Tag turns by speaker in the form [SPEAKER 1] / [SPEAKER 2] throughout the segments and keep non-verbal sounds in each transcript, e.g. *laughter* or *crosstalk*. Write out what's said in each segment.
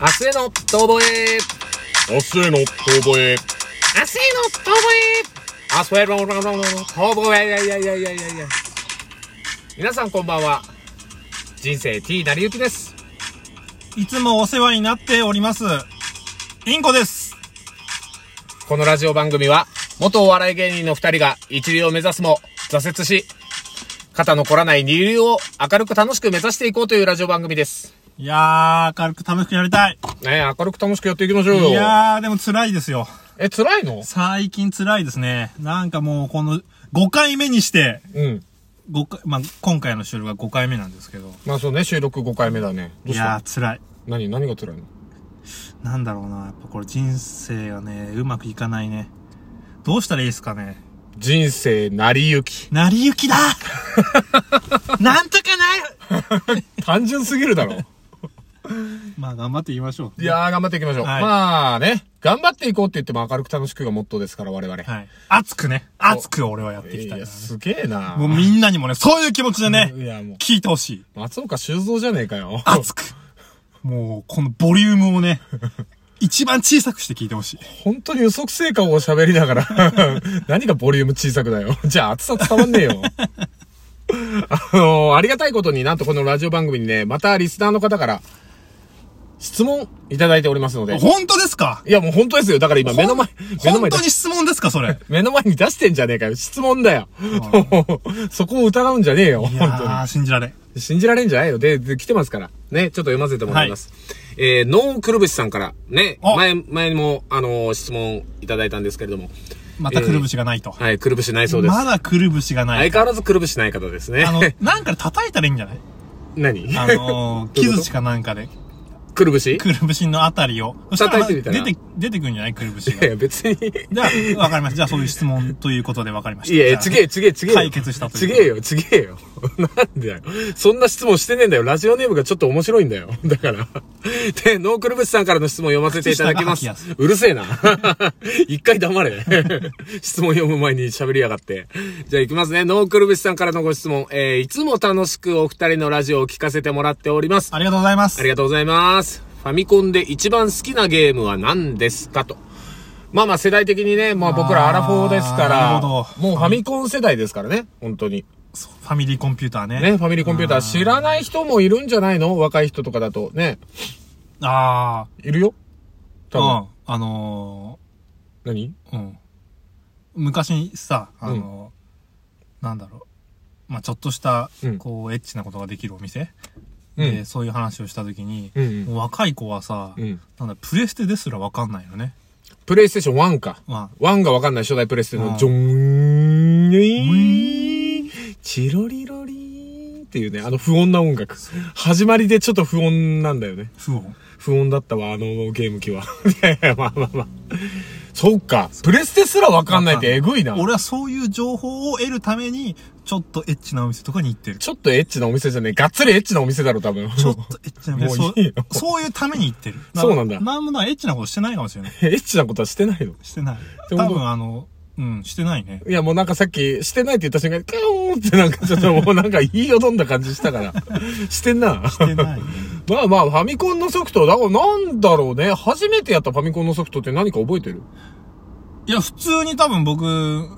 [SPEAKER 1] 明日への遠吠え
[SPEAKER 2] 明日への遠吠え。
[SPEAKER 1] 明日への遠吠え明日への遠吠えいやいやいやいやいやいや皆さんこんばんは人生 T なりゆきです
[SPEAKER 3] いつもお世話になっております。インコです。
[SPEAKER 1] このラジオ番組は元お笑い芸人の二人が一流を目指すも挫折し肩の凝らない二流を明るく楽しく目指していこうというラジオ番組です
[SPEAKER 3] いやー、明るく楽しくやりたい。
[SPEAKER 1] ねえ明るく楽しくやっていきましょうよ
[SPEAKER 3] いやー、でも辛いですよ。
[SPEAKER 1] え辛いの
[SPEAKER 3] 最近辛いですね。なんかもう、この、5回目にして、
[SPEAKER 1] うん
[SPEAKER 3] 5回、まあ、今回の収録が5回目なんですけど。
[SPEAKER 1] まあそうね収録5回目だねど
[SPEAKER 3] いう
[SPEAKER 1] した
[SPEAKER 3] やー、辛い。
[SPEAKER 1] 何何が辛いの
[SPEAKER 3] なんだろうな、やっぱこれ人生がね、うまくいかないね。どうしたらいいですかね。
[SPEAKER 1] 人生成り行き
[SPEAKER 3] 成り行き *laughs* だなんとかなる
[SPEAKER 1] 単純すぎ
[SPEAKER 3] *laughs*
[SPEAKER 1] るだろ
[SPEAKER 3] まあ、頑張っていきましょう。
[SPEAKER 1] いやー、頑張っていきましょう。
[SPEAKER 3] はい
[SPEAKER 1] まあね、頑張っていこうって言っても明るく楽しくがモットーですから、我々。
[SPEAKER 3] はい。熱くね。熱く俺はやってい
[SPEAKER 1] い
[SPEAKER 3] きたい
[SPEAKER 1] や、
[SPEAKER 3] な。
[SPEAKER 1] すげえな
[SPEAKER 3] もうみんなにもね、そういう気持ちでね、
[SPEAKER 1] いや、もう、
[SPEAKER 3] 聞いてほしい。
[SPEAKER 1] 松岡修造じゃねえかよ。
[SPEAKER 3] 熱く。もう、このボリュームをね、一番小さくして聞いてほしい。
[SPEAKER 1] 本当に予測成果を喋りながら、 *laughs* 何がボリューム小さくだよ。 *laughs* じゃあ暑さ伝わんねえよ。 *laughs* あのーありがたいことになんとこのラジオ番組にね、またリスナーの方から質問いただいておりますので。
[SPEAKER 3] 本当ですか
[SPEAKER 1] いやもう本当ですよ。だから今目の前、目の
[SPEAKER 3] 本
[SPEAKER 1] 前
[SPEAKER 3] 当
[SPEAKER 1] で
[SPEAKER 3] に質問ですかそれ。
[SPEAKER 1] 目の前に出してんじゃねえかよ。質問だよ。 *laughs* そこを疑うんじゃねえよ。
[SPEAKER 3] い
[SPEAKER 1] 本
[SPEAKER 3] や
[SPEAKER 1] 当に。
[SPEAKER 3] ー、信じられん。
[SPEAKER 1] 信じられんじゃないよ。で、で、来てますから。ね、ちょっと読ませてもらいます。えー、ノーくるぶしさんから、ね、
[SPEAKER 3] お
[SPEAKER 1] 前、前にも、あのー質問いただいたんですけれども、
[SPEAKER 3] またくるぶしがないと。
[SPEAKER 1] はい、くるぶしないそうです。
[SPEAKER 3] まだくるぶしがない。
[SPEAKER 1] 相変わらずくるぶしない方ですね。
[SPEAKER 3] あの、なんか叩いたらいいんじゃない
[SPEAKER 1] *laughs* 何
[SPEAKER 3] あのー、
[SPEAKER 1] どういうこと
[SPEAKER 3] 傷しかなんかで、
[SPEAKER 1] くるぶし
[SPEAKER 3] くるぶしのあたりを。そした
[SPEAKER 1] 叩いてみたら
[SPEAKER 3] 出て、出てくるんじゃないくるぶし
[SPEAKER 1] いやい
[SPEAKER 3] が。
[SPEAKER 1] や、別に。
[SPEAKER 3] じゃあ、わかりました。じゃあ、そういう質問ということでわかりました。
[SPEAKER 1] いやいや、
[SPEAKER 3] じ
[SPEAKER 1] ち
[SPEAKER 3] ゃあ
[SPEAKER 1] げえ、ちげえ、ちげえよ。
[SPEAKER 3] 解決したという
[SPEAKER 1] ちげえよ、ちげえよ。 *laughs* なんでだよ。そんな質問してねえんだよ。ラジオネームがちょっと面白いんだよ。 *laughs* だから。で、ノークルブシさんからの質問読ませていただきま
[SPEAKER 3] 口下が吐き
[SPEAKER 1] す。うるせえな。 *laughs* 一回黙れ。 *laughs* 質問読む前に喋りやがって。じゃあ行きますね。ノークルブシさんからのご質問。えー、いつも楽しくお二人のラジオを聞かせてもらっております。
[SPEAKER 3] ありがとうございます。
[SPEAKER 1] ありがとうございます。ファミコンで一番好きなゲームは何ですかと。まあまあ世代的にね、まあ僕らアラフォーですか
[SPEAKER 3] な
[SPEAKER 1] ら、
[SPEAKER 3] るほど
[SPEAKER 1] もうファミコン世代ですからね、本当に。
[SPEAKER 3] そうファミリーコンピューターね。
[SPEAKER 1] ね、ファミリーコンピューター知らない人もいるんじゃないの若い人とかだと。ね、
[SPEAKER 3] あ
[SPEAKER 1] いるよ
[SPEAKER 3] あ、
[SPEAKER 1] 多
[SPEAKER 3] う
[SPEAKER 1] 分。
[SPEAKER 3] ん。あの
[SPEAKER 1] 何
[SPEAKER 3] ー、うん。昔さ、あのーなんだろう。まあ、ちょっとした
[SPEAKER 1] うん、
[SPEAKER 3] こう、エッチなことができるお店、
[SPEAKER 1] う
[SPEAKER 3] で、
[SPEAKER 1] ん。
[SPEAKER 3] そういう話をしたときに、
[SPEAKER 1] うんうん
[SPEAKER 3] もう若い子はさ、
[SPEAKER 1] うん
[SPEAKER 3] なんだ、プレステですらわかんないのね。
[SPEAKER 1] プレイステーション1か。
[SPEAKER 3] ま
[SPEAKER 1] 1がわかんない初代プレイステーション
[SPEAKER 3] う
[SPEAKER 1] の、
[SPEAKER 3] ん
[SPEAKER 1] ジョン、イーチロリロリーっていうね、あの不穏な音楽。始まりでちょっと不穏なんだよね。
[SPEAKER 3] あ、不穏。
[SPEAKER 1] 不穏だったわ、あのゲーム機は。 *laughs* いやいや、まあまあまあ。そっか。プレステすらわかんないってえぐいな。
[SPEAKER 3] 俺はそういう情報を得るために、ちょっとエッチなお店とかに行ってる。
[SPEAKER 1] ちょっとエッチなお店じゃねえ。がっつりエッチなお店だろ、多分。
[SPEAKER 3] ちょっとエッチなお店。
[SPEAKER 1] も
[SPEAKER 3] そう
[SPEAKER 1] いいよ
[SPEAKER 3] うそういうために行ってる。
[SPEAKER 1] *laughs* そうなんだ
[SPEAKER 3] なんもない、エッチなことしてないかもしれない。
[SPEAKER 1] *laughs* エッチなことはしてないの。
[SPEAKER 3] してない。
[SPEAKER 1] で
[SPEAKER 3] 多
[SPEAKER 1] も
[SPEAKER 3] 分あの、うん、してないね。
[SPEAKER 1] いや、もうなんかさっき、してないって言った瞬間に、キューンってなんかちょっともうなんか言いよどんだ感じしたから。 *laughs* してんな。
[SPEAKER 3] してないね。
[SPEAKER 1] まあまあ、ファミコンのソフト、だからなんだろうね。初めてやったファミコンのソフトって何か覚えてる
[SPEAKER 3] いや、普通に多分僕、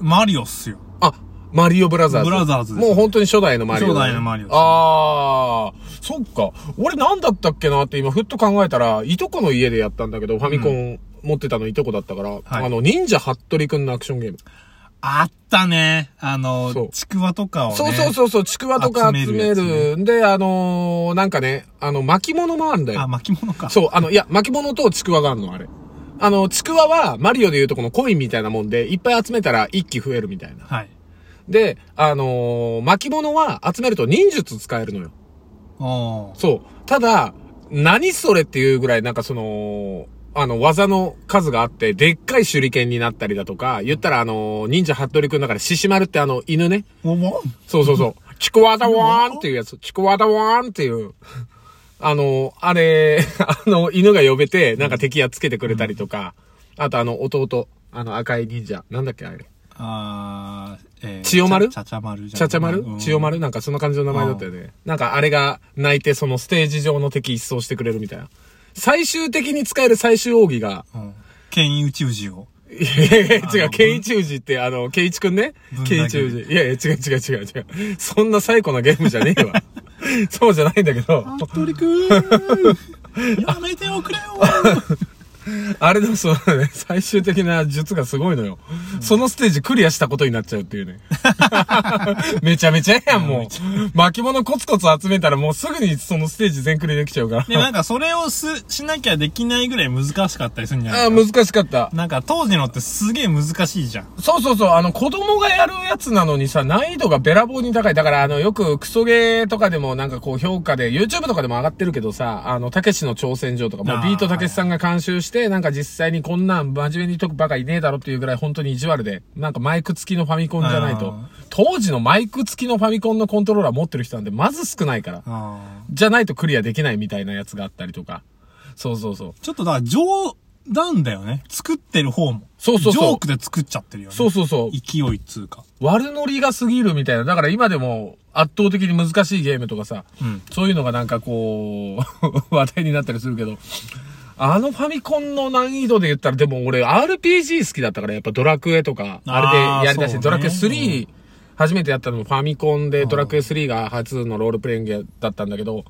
[SPEAKER 3] マリオっすよ。
[SPEAKER 1] あ、マリオブラザーズ。
[SPEAKER 3] ブラザーズです
[SPEAKER 1] もう本当に初代のマリオ、
[SPEAKER 3] 初代のマリオですね
[SPEAKER 1] あー、そっか。俺なんだったっけなって今ふっと考えたら、いとこの家でやったんだけど、ファミコン持ってたのいとこだったから、あの、忍者ハットリくんのアクションゲーム。
[SPEAKER 3] あったね。あ
[SPEAKER 1] そ
[SPEAKER 3] の
[SPEAKER 1] う、
[SPEAKER 3] ちくわとかをね。
[SPEAKER 1] そうそうそうそう、ちくわとか集
[SPEAKER 3] 集め
[SPEAKER 1] め
[SPEAKER 3] る
[SPEAKER 1] る。
[SPEAKER 3] や
[SPEAKER 1] で、あのー、なんかね、あの、巻物もあるんだ
[SPEAKER 3] あ、
[SPEAKER 1] よ。
[SPEAKER 3] 巻物か。
[SPEAKER 1] そう、あの、いや、巻物とちくわがあるの、あれ。あの、ちくわは、マリオでいうとこのコインみたいなもんで、いっぱい集めたら一機増えるみたいな。
[SPEAKER 3] はい。
[SPEAKER 1] で、あのー巻物は集めると忍術使えるのよ。
[SPEAKER 3] おー
[SPEAKER 1] そう。ただ、何それっていうぐらい、なんかその、あの、技の数があって、でっかい手裏剣になったりだとか、言ったらあのー忍者ハットリくんだから、獅子丸ってあの、犬ね。
[SPEAKER 3] おも
[SPEAKER 1] そうそうそう。チクワダワーンっていうやつ。チクワダワーンっていう。あの、あれ、 *laughs* あの、犬が呼べて、なんか敵やっつけてくれたりとか、あとあの、弟、あの、赤い忍者。なんだっけ、あれ。
[SPEAKER 3] あー、えー
[SPEAKER 1] 千代丸
[SPEAKER 3] ちゃちゃ丸じゃん
[SPEAKER 1] ちゃちゃ丸
[SPEAKER 3] うん
[SPEAKER 1] 千代丸なんかそんな感じの名前だったよね。なんかあれが泣いてそのステージ上の敵一掃してくれるみたいな。最終的に使える最終奥義が、 *laughs*
[SPEAKER 3] うん。牽引宇宙人を。
[SPEAKER 1] いやいやい
[SPEAKER 3] あ
[SPEAKER 1] や、違
[SPEAKER 3] の
[SPEAKER 1] う、ケイチウジって、あの、ケイチくんね
[SPEAKER 3] ぶん。投
[SPEAKER 1] ケ
[SPEAKER 3] げる
[SPEAKER 1] イチウジ。いやいや、違う違う違う違う。そんな最古なゲームじゃねえわ。 *laughs* そうじゃないんだけど、
[SPEAKER 3] 服部くんやめておくれ
[SPEAKER 1] *laughs*
[SPEAKER 3] よ
[SPEAKER 1] あれでもそうだね、最終的な術がすごいのよ。そのステージクリアしたことになっちゃうって *laughs* いうね。めちゃめちゃやん、もう。巻物コツコツ集めたらもうすぐにそのステージ全クリできちゃうか
[SPEAKER 3] で、なんかそれをす、しなきゃできないぐらい難しかったりするんじゃな
[SPEAKER 1] ら。あ
[SPEAKER 3] い
[SPEAKER 1] あ、
[SPEAKER 3] の
[SPEAKER 1] 難しかった。
[SPEAKER 3] なんか当時のってすげえ難しいじゃん。
[SPEAKER 1] そうそうそう、あの、子供がやるやつなのにさ、難易度がべらぼうに高い。だから、あの、よくクソゲーとかでもなんかこう評価で、YouTube とかでも上がってるけどさ、あの、たけしの挑戦状とか、も
[SPEAKER 3] あ
[SPEAKER 1] う
[SPEAKER 3] ー
[SPEAKER 1] ビートたけしさんが監修して、なんか実際にこんなん真面目に解くばかりねえだろっていうぐらい本当に意地悪で、なんかマイク付きのファミコンじゃないと
[SPEAKER 3] あ。
[SPEAKER 1] 当時のマイク付きのファミコンのコントローラー持ってる人なんてまず少ないから。
[SPEAKER 3] あ
[SPEAKER 1] じゃないとクリアできないみたいなやつがあったりとか。そうそうそう。
[SPEAKER 3] ちょっとだから冗談だよね。作ってる方も。
[SPEAKER 1] そうそうそう
[SPEAKER 3] ジョークで作っちゃってるよね。
[SPEAKER 1] そうそうそう。
[SPEAKER 3] 勢いっつうか。
[SPEAKER 1] 悪ノリが過ぎるみたいな。だから今でも圧倒的に難しいゲームとかさ、
[SPEAKER 3] うん
[SPEAKER 1] そういうのがなんかこう、 *laughs* 話題になったりするけど、あのファミコンの難易度で言ったら、でも俺 RPG 好きだったから、やっぱドラクエとか、あ
[SPEAKER 3] あー
[SPEAKER 1] れでやりだして、
[SPEAKER 3] そうね
[SPEAKER 1] ドラクエ
[SPEAKER 3] う
[SPEAKER 1] 3、初めてやったのもファミコンで、ドラクエ3が初のロールプレイングだったんだけど、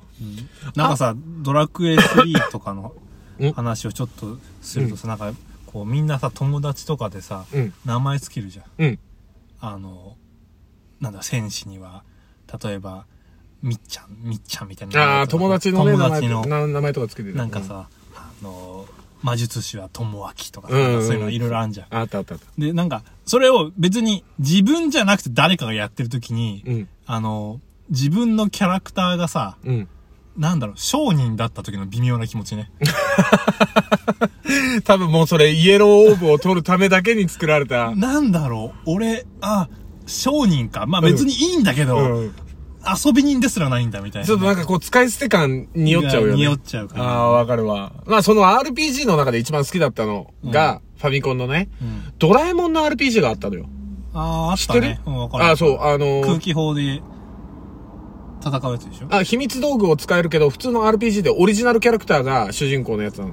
[SPEAKER 3] なんかさ、ドラクエ3とかの
[SPEAKER 1] *laughs* うん
[SPEAKER 3] 話をちょっとするとさ、なんか、こうみんなさ、友達とかでさ、
[SPEAKER 1] うん
[SPEAKER 3] 名前つけるじゃん。
[SPEAKER 1] うん。
[SPEAKER 3] あの、なんだ、戦士には、例えば、みっちゃん、みっちゃんみたいな名
[SPEAKER 1] あ
[SPEAKER 3] 前
[SPEAKER 1] あ、
[SPEAKER 3] とかさ。
[SPEAKER 1] 友達のね、
[SPEAKER 3] 友
[SPEAKER 1] 名
[SPEAKER 3] 達の
[SPEAKER 1] 前な名前とかつけてた
[SPEAKER 3] なんか、さ、あの、魔術師は友明とかさ、
[SPEAKER 1] うんうんうん
[SPEAKER 3] そういうのいろいろあるじゃん。
[SPEAKER 1] うんあったあったあった。
[SPEAKER 3] で、なんか、それを別に自分じゃなくて誰かがやってる時に、
[SPEAKER 1] うん。
[SPEAKER 3] あの、自分のキャラクターがさ、
[SPEAKER 1] うん。
[SPEAKER 3] なんだろう、商人だった時の微妙な気持ちね。
[SPEAKER 1] 多分もうそれ、イエローオーブを取るためだけに作られた。
[SPEAKER 3] なんだろう、俺、あ、商人か。まあ別にいいんだけど、
[SPEAKER 1] うん
[SPEAKER 3] 遊び人ですらないんだみたいな。
[SPEAKER 1] *laughs* ちょっとなんかこう、使い捨て感匂っちゃうよね。
[SPEAKER 3] 匂っちゃうから
[SPEAKER 1] ああ、わかるわ。まあその RPG の中で一番好きだったのが、ファミコンのね、
[SPEAKER 3] うん
[SPEAKER 1] ドラえもんの RPG があったのよ。
[SPEAKER 3] ああ、あっ
[SPEAKER 1] 知ったてる
[SPEAKER 3] ね。うん、わかる。
[SPEAKER 1] ああ、そう、あのー
[SPEAKER 3] 空気砲で戦うやつでしょあ
[SPEAKER 1] あ、秘密道具を使えるけど、普通の RPG でオリジナルキャラクターが主人公のやつなの。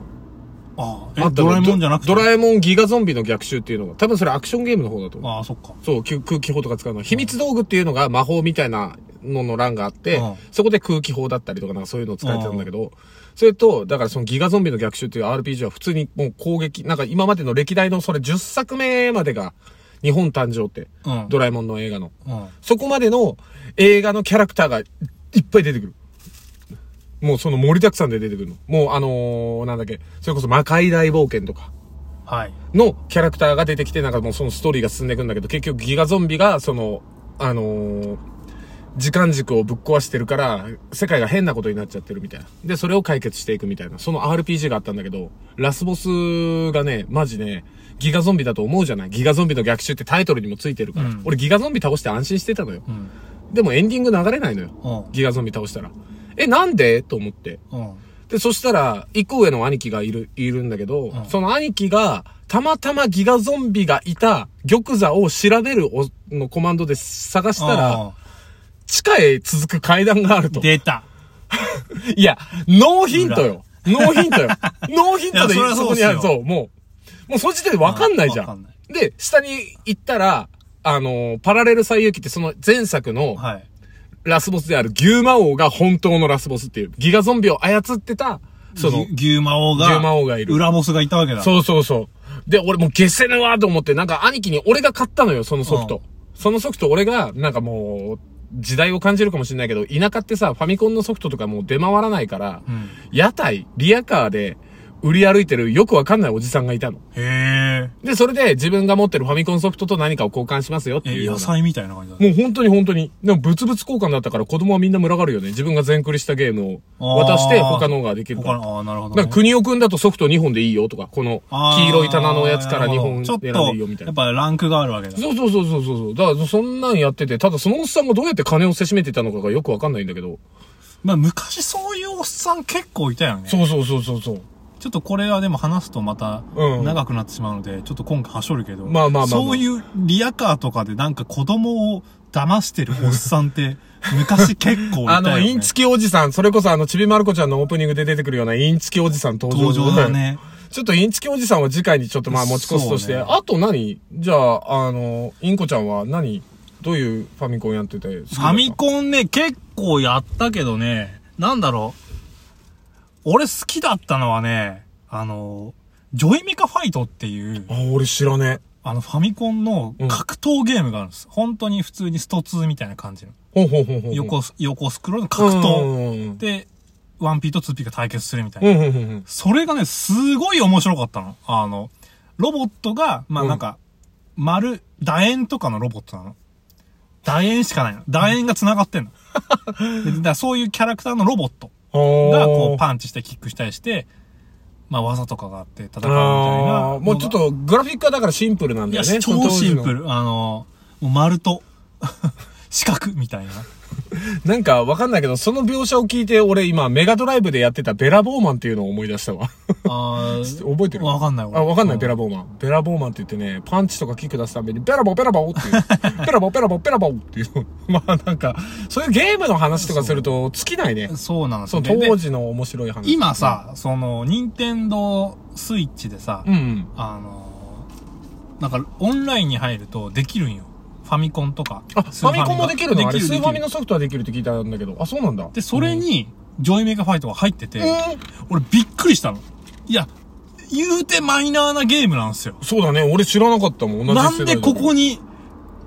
[SPEAKER 3] あ
[SPEAKER 1] あ
[SPEAKER 3] え、
[SPEAKER 1] った
[SPEAKER 3] ド
[SPEAKER 1] の
[SPEAKER 3] ラえもんじゃなくて。
[SPEAKER 1] ドドラえもんギガゾンビの逆襲っていうのが、多分それアクションゲームの方だと思う。
[SPEAKER 3] ああ、そっか。
[SPEAKER 1] そう、きゅ空気砲とか使うの。秘密道具っていうのが魔法みたいなのの欄があって、
[SPEAKER 3] うん
[SPEAKER 1] そこで空気砲だったりとかなんかそういうのを使えてたんだけど、それと、だからそのギガゾンビの逆襲っていう RPG は普通にもう攻撃、なんか今までの歴代のそれ10作目までが日本誕生って、
[SPEAKER 3] うん。
[SPEAKER 1] ドラえもんの映画の。
[SPEAKER 3] うん。
[SPEAKER 1] そこまでの映画のキャラクターがいっぱい出てくる。もうその盛りだくさんで出てくるの。もうあのーなんだっけ、それこそ魔界大冒険とか。
[SPEAKER 3] はい。
[SPEAKER 1] のキャラクターが出てきて、なんかもうそのストーリーが進んでいくんだけど、結局ギガゾンビが、その、あのー時間軸をぶっ壊してるから、世界が変なことになっちゃってるみたいな。で、それを解決していくみたいな。その RPG があったんだけど、ラスボスがね、マジね、ギガゾンビだと思うじゃないギガゾンビの逆襲ってタイトルにもついてるから。
[SPEAKER 3] うん
[SPEAKER 1] 俺ギガゾンビ倒して安心してたのよ。
[SPEAKER 3] うん。
[SPEAKER 1] でもエンディング流れないのよ。
[SPEAKER 3] うん。
[SPEAKER 1] ギガゾンビ倒したら。え、なんでと思って。
[SPEAKER 3] うん。
[SPEAKER 1] で、そしたら、一個上の兄貴がいる、いるんだけど、
[SPEAKER 3] うん
[SPEAKER 1] その兄貴が、たまたまギガゾンビがいた玉座を調べるおのコマンドで探したら、地下へ続く階段がある
[SPEAKER 3] うん、
[SPEAKER 1] と。
[SPEAKER 3] 出た。
[SPEAKER 1] いや、ノーヒントよ。ノーヒン
[SPEAKER 3] *laughs*
[SPEAKER 1] トよ。ノーヒントで
[SPEAKER 3] いやそりゃ
[SPEAKER 1] そ
[SPEAKER 3] そう
[SPEAKER 1] こ
[SPEAKER 3] っす
[SPEAKER 1] に
[SPEAKER 3] よ
[SPEAKER 1] ある。そう、もう。もうその時点でわかんないじゃ
[SPEAKER 3] うんわかん
[SPEAKER 1] ん
[SPEAKER 3] な。
[SPEAKER 1] で、下に行ったら、あのーパラレル最遊記ってその前作の、
[SPEAKER 3] はい。
[SPEAKER 1] ラスボスである牛魔王が本当のラスボスっていう、ギガゾンビを操ってた、その
[SPEAKER 3] ぎ、牛魔王が、
[SPEAKER 1] 牛魔王がいる
[SPEAKER 3] 裏ボスがいたわけだ。う。
[SPEAKER 1] そうそうそう。で、俺もう消せぬわと思って、なんか兄貴に俺が買ったのよ、そのソフト。
[SPEAKER 3] うん
[SPEAKER 1] そのソフト俺が、なんかもう、時代を感じるかもしれないけど、田舎ってさ、ファミコンのソフトとかもう出回らないから、
[SPEAKER 3] うん
[SPEAKER 1] 屋台、リアカーで売り歩いてるよくわかんないおじさんがいたの。
[SPEAKER 3] へ
[SPEAKER 1] で、それで自分が持ってるファミコンソフトと何かを交換しますよって
[SPEAKER 3] え。
[SPEAKER 1] いう
[SPEAKER 3] え、
[SPEAKER 1] よう
[SPEAKER 3] 野
[SPEAKER 1] な。
[SPEAKER 3] 菜みたいな感じだね。
[SPEAKER 1] もう本当に本当に。でも物々交換だったから子供はみんな群がるよね。自分が全クリしたゲームを渡して
[SPEAKER 3] あー
[SPEAKER 1] 他のができるか
[SPEAKER 3] 他
[SPEAKER 1] ら。
[SPEAKER 3] の、ああ、なるほど、ね。
[SPEAKER 1] なんか国尾くんだとソフト2本でいいよとか、この
[SPEAKER 3] あー
[SPEAKER 1] 黄色い棚のやつから2本
[SPEAKER 3] ちょ
[SPEAKER 1] 選ん
[SPEAKER 3] っ
[SPEAKER 1] でいいよみた
[SPEAKER 3] と、
[SPEAKER 1] い
[SPEAKER 3] やっ
[SPEAKER 1] な。
[SPEAKER 3] ぱランクがあるわけだ。
[SPEAKER 1] そうそうそうそうそう。だからそんなんやってて、ただそのおっさんがどうやって金をせしめてたのかがよくわかんないんだけど。
[SPEAKER 3] まあ、昔そういうおっさん結構いたよね。
[SPEAKER 1] そうそうそうそうそう。
[SPEAKER 3] ちょっとこれはでも話すとまた
[SPEAKER 1] うん
[SPEAKER 3] 長くなってしまうので、ちょっと今回はしょるけど。
[SPEAKER 1] まあまあまあまあ
[SPEAKER 3] そういうリアカーとかでなんか子供を騙してるおっさんって、 *laughs* 昔結構いたよ、ね。
[SPEAKER 1] あの、インチキおじさん、それこそあの、ちびまる子ちゃんのオープニングで出てくるようなインチキおじさん登場。
[SPEAKER 3] 登場だ。ね。
[SPEAKER 1] *laughs* ちょっとインチキおじさんは次回にちょっとまあ持ち越すとして、
[SPEAKER 3] そうね
[SPEAKER 1] あと何じゃあ、あの、インコちゃんは何どういうファミコンやってて好きだった
[SPEAKER 3] ファミコンね、結構やったけどね、なんだろう。俺好きだったのはね、あの、ジョイメカファイトっていう、
[SPEAKER 1] あ、俺知らね
[SPEAKER 3] あのファミコンの
[SPEAKER 1] うん
[SPEAKER 3] 格闘ゲームがあるんです。本当に普通にスト2みたいな感じの。
[SPEAKER 1] え。ほうほうほうほう。
[SPEAKER 3] 横ス、横スクロールの格
[SPEAKER 1] 闘。
[SPEAKER 3] 闘。で、1P と 2P が対決するみたいな
[SPEAKER 1] う。んうんうんうん。
[SPEAKER 3] それがね、すごい面白かったの。あの、ロボットが、まあ
[SPEAKER 1] うん
[SPEAKER 3] なんか、丸、楕円とかのロボットなの。楕円しかないの。楕円が繋がってんの。
[SPEAKER 1] *laughs*
[SPEAKER 3] でだからそういうキャラクターのロボットが、こう、
[SPEAKER 1] あ
[SPEAKER 3] パンチしてキックしたりして、まあ技とかがあって戦うみたいな
[SPEAKER 1] あー。。もうちょっ
[SPEAKER 3] のが、
[SPEAKER 1] と、グラフィックはだからシンプルなん
[SPEAKER 3] い
[SPEAKER 1] だ
[SPEAKER 3] や、
[SPEAKER 1] よね。その
[SPEAKER 3] 超
[SPEAKER 1] 当時
[SPEAKER 3] シン
[SPEAKER 1] の
[SPEAKER 3] プル。あの、もう丸と、 *laughs* 四角みたいな。
[SPEAKER 1] なんかわかんないけど、その描写を聞いて、俺今、メガドライブでやってたベラボーマンっていうのを思い出したわ。
[SPEAKER 3] あー
[SPEAKER 1] 覚えてる
[SPEAKER 3] わかんない、俺
[SPEAKER 1] あ、わかんな
[SPEAKER 3] う
[SPEAKER 1] い、ベラボーマン。ベラボーマンって言ってね、パンチとかキック出すために、ベラボーベラボーって
[SPEAKER 3] *laughs*
[SPEAKER 1] いう。ベラボーベラボーベラボーっていう。 *laughs* まあなんか、そういうゲームの話とかすると尽きないね。
[SPEAKER 3] そうなんです
[SPEAKER 1] そ
[SPEAKER 3] よ。
[SPEAKER 1] の
[SPEAKER 3] でで
[SPEAKER 1] 当時の面白い話。
[SPEAKER 3] 今さ、その、任天堂スイッチでさ、
[SPEAKER 1] うんうん。
[SPEAKER 3] あのーなんか、オンラインに入るとできるんよ。ファミコンとか。
[SPEAKER 1] あ、ファミコンもできるのあれ、
[SPEAKER 3] でき
[SPEAKER 1] ス
[SPEAKER 3] る
[SPEAKER 1] ーファミ
[SPEAKER 3] できる
[SPEAKER 1] のソフトはできるって聞いたんだけど。あ、そうなんだ。
[SPEAKER 3] で、それに、ジョイメガファイトが入ってて、
[SPEAKER 1] うん、えー
[SPEAKER 3] 俺びっくりしたの。いや、言うてマイナーなゲームなんですよ。
[SPEAKER 1] そうだね、俺知らなかったもん、同じ世代
[SPEAKER 3] な
[SPEAKER 1] だ
[SPEAKER 3] んでここに、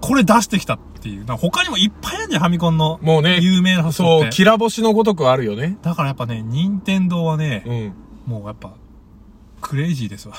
[SPEAKER 3] これ出してきたっていう。なんか他にもいっぱいあるんじゃん、ファミコンの。
[SPEAKER 1] もうね、
[SPEAKER 3] 有名なソフト
[SPEAKER 1] そ
[SPEAKER 3] っ
[SPEAKER 1] う、
[SPEAKER 3] て。
[SPEAKER 1] キラ星のごとくあるよね。
[SPEAKER 3] だからやっぱね、任天堂はね、
[SPEAKER 1] うん。
[SPEAKER 3] もうやっぱ、クレイジーですわ。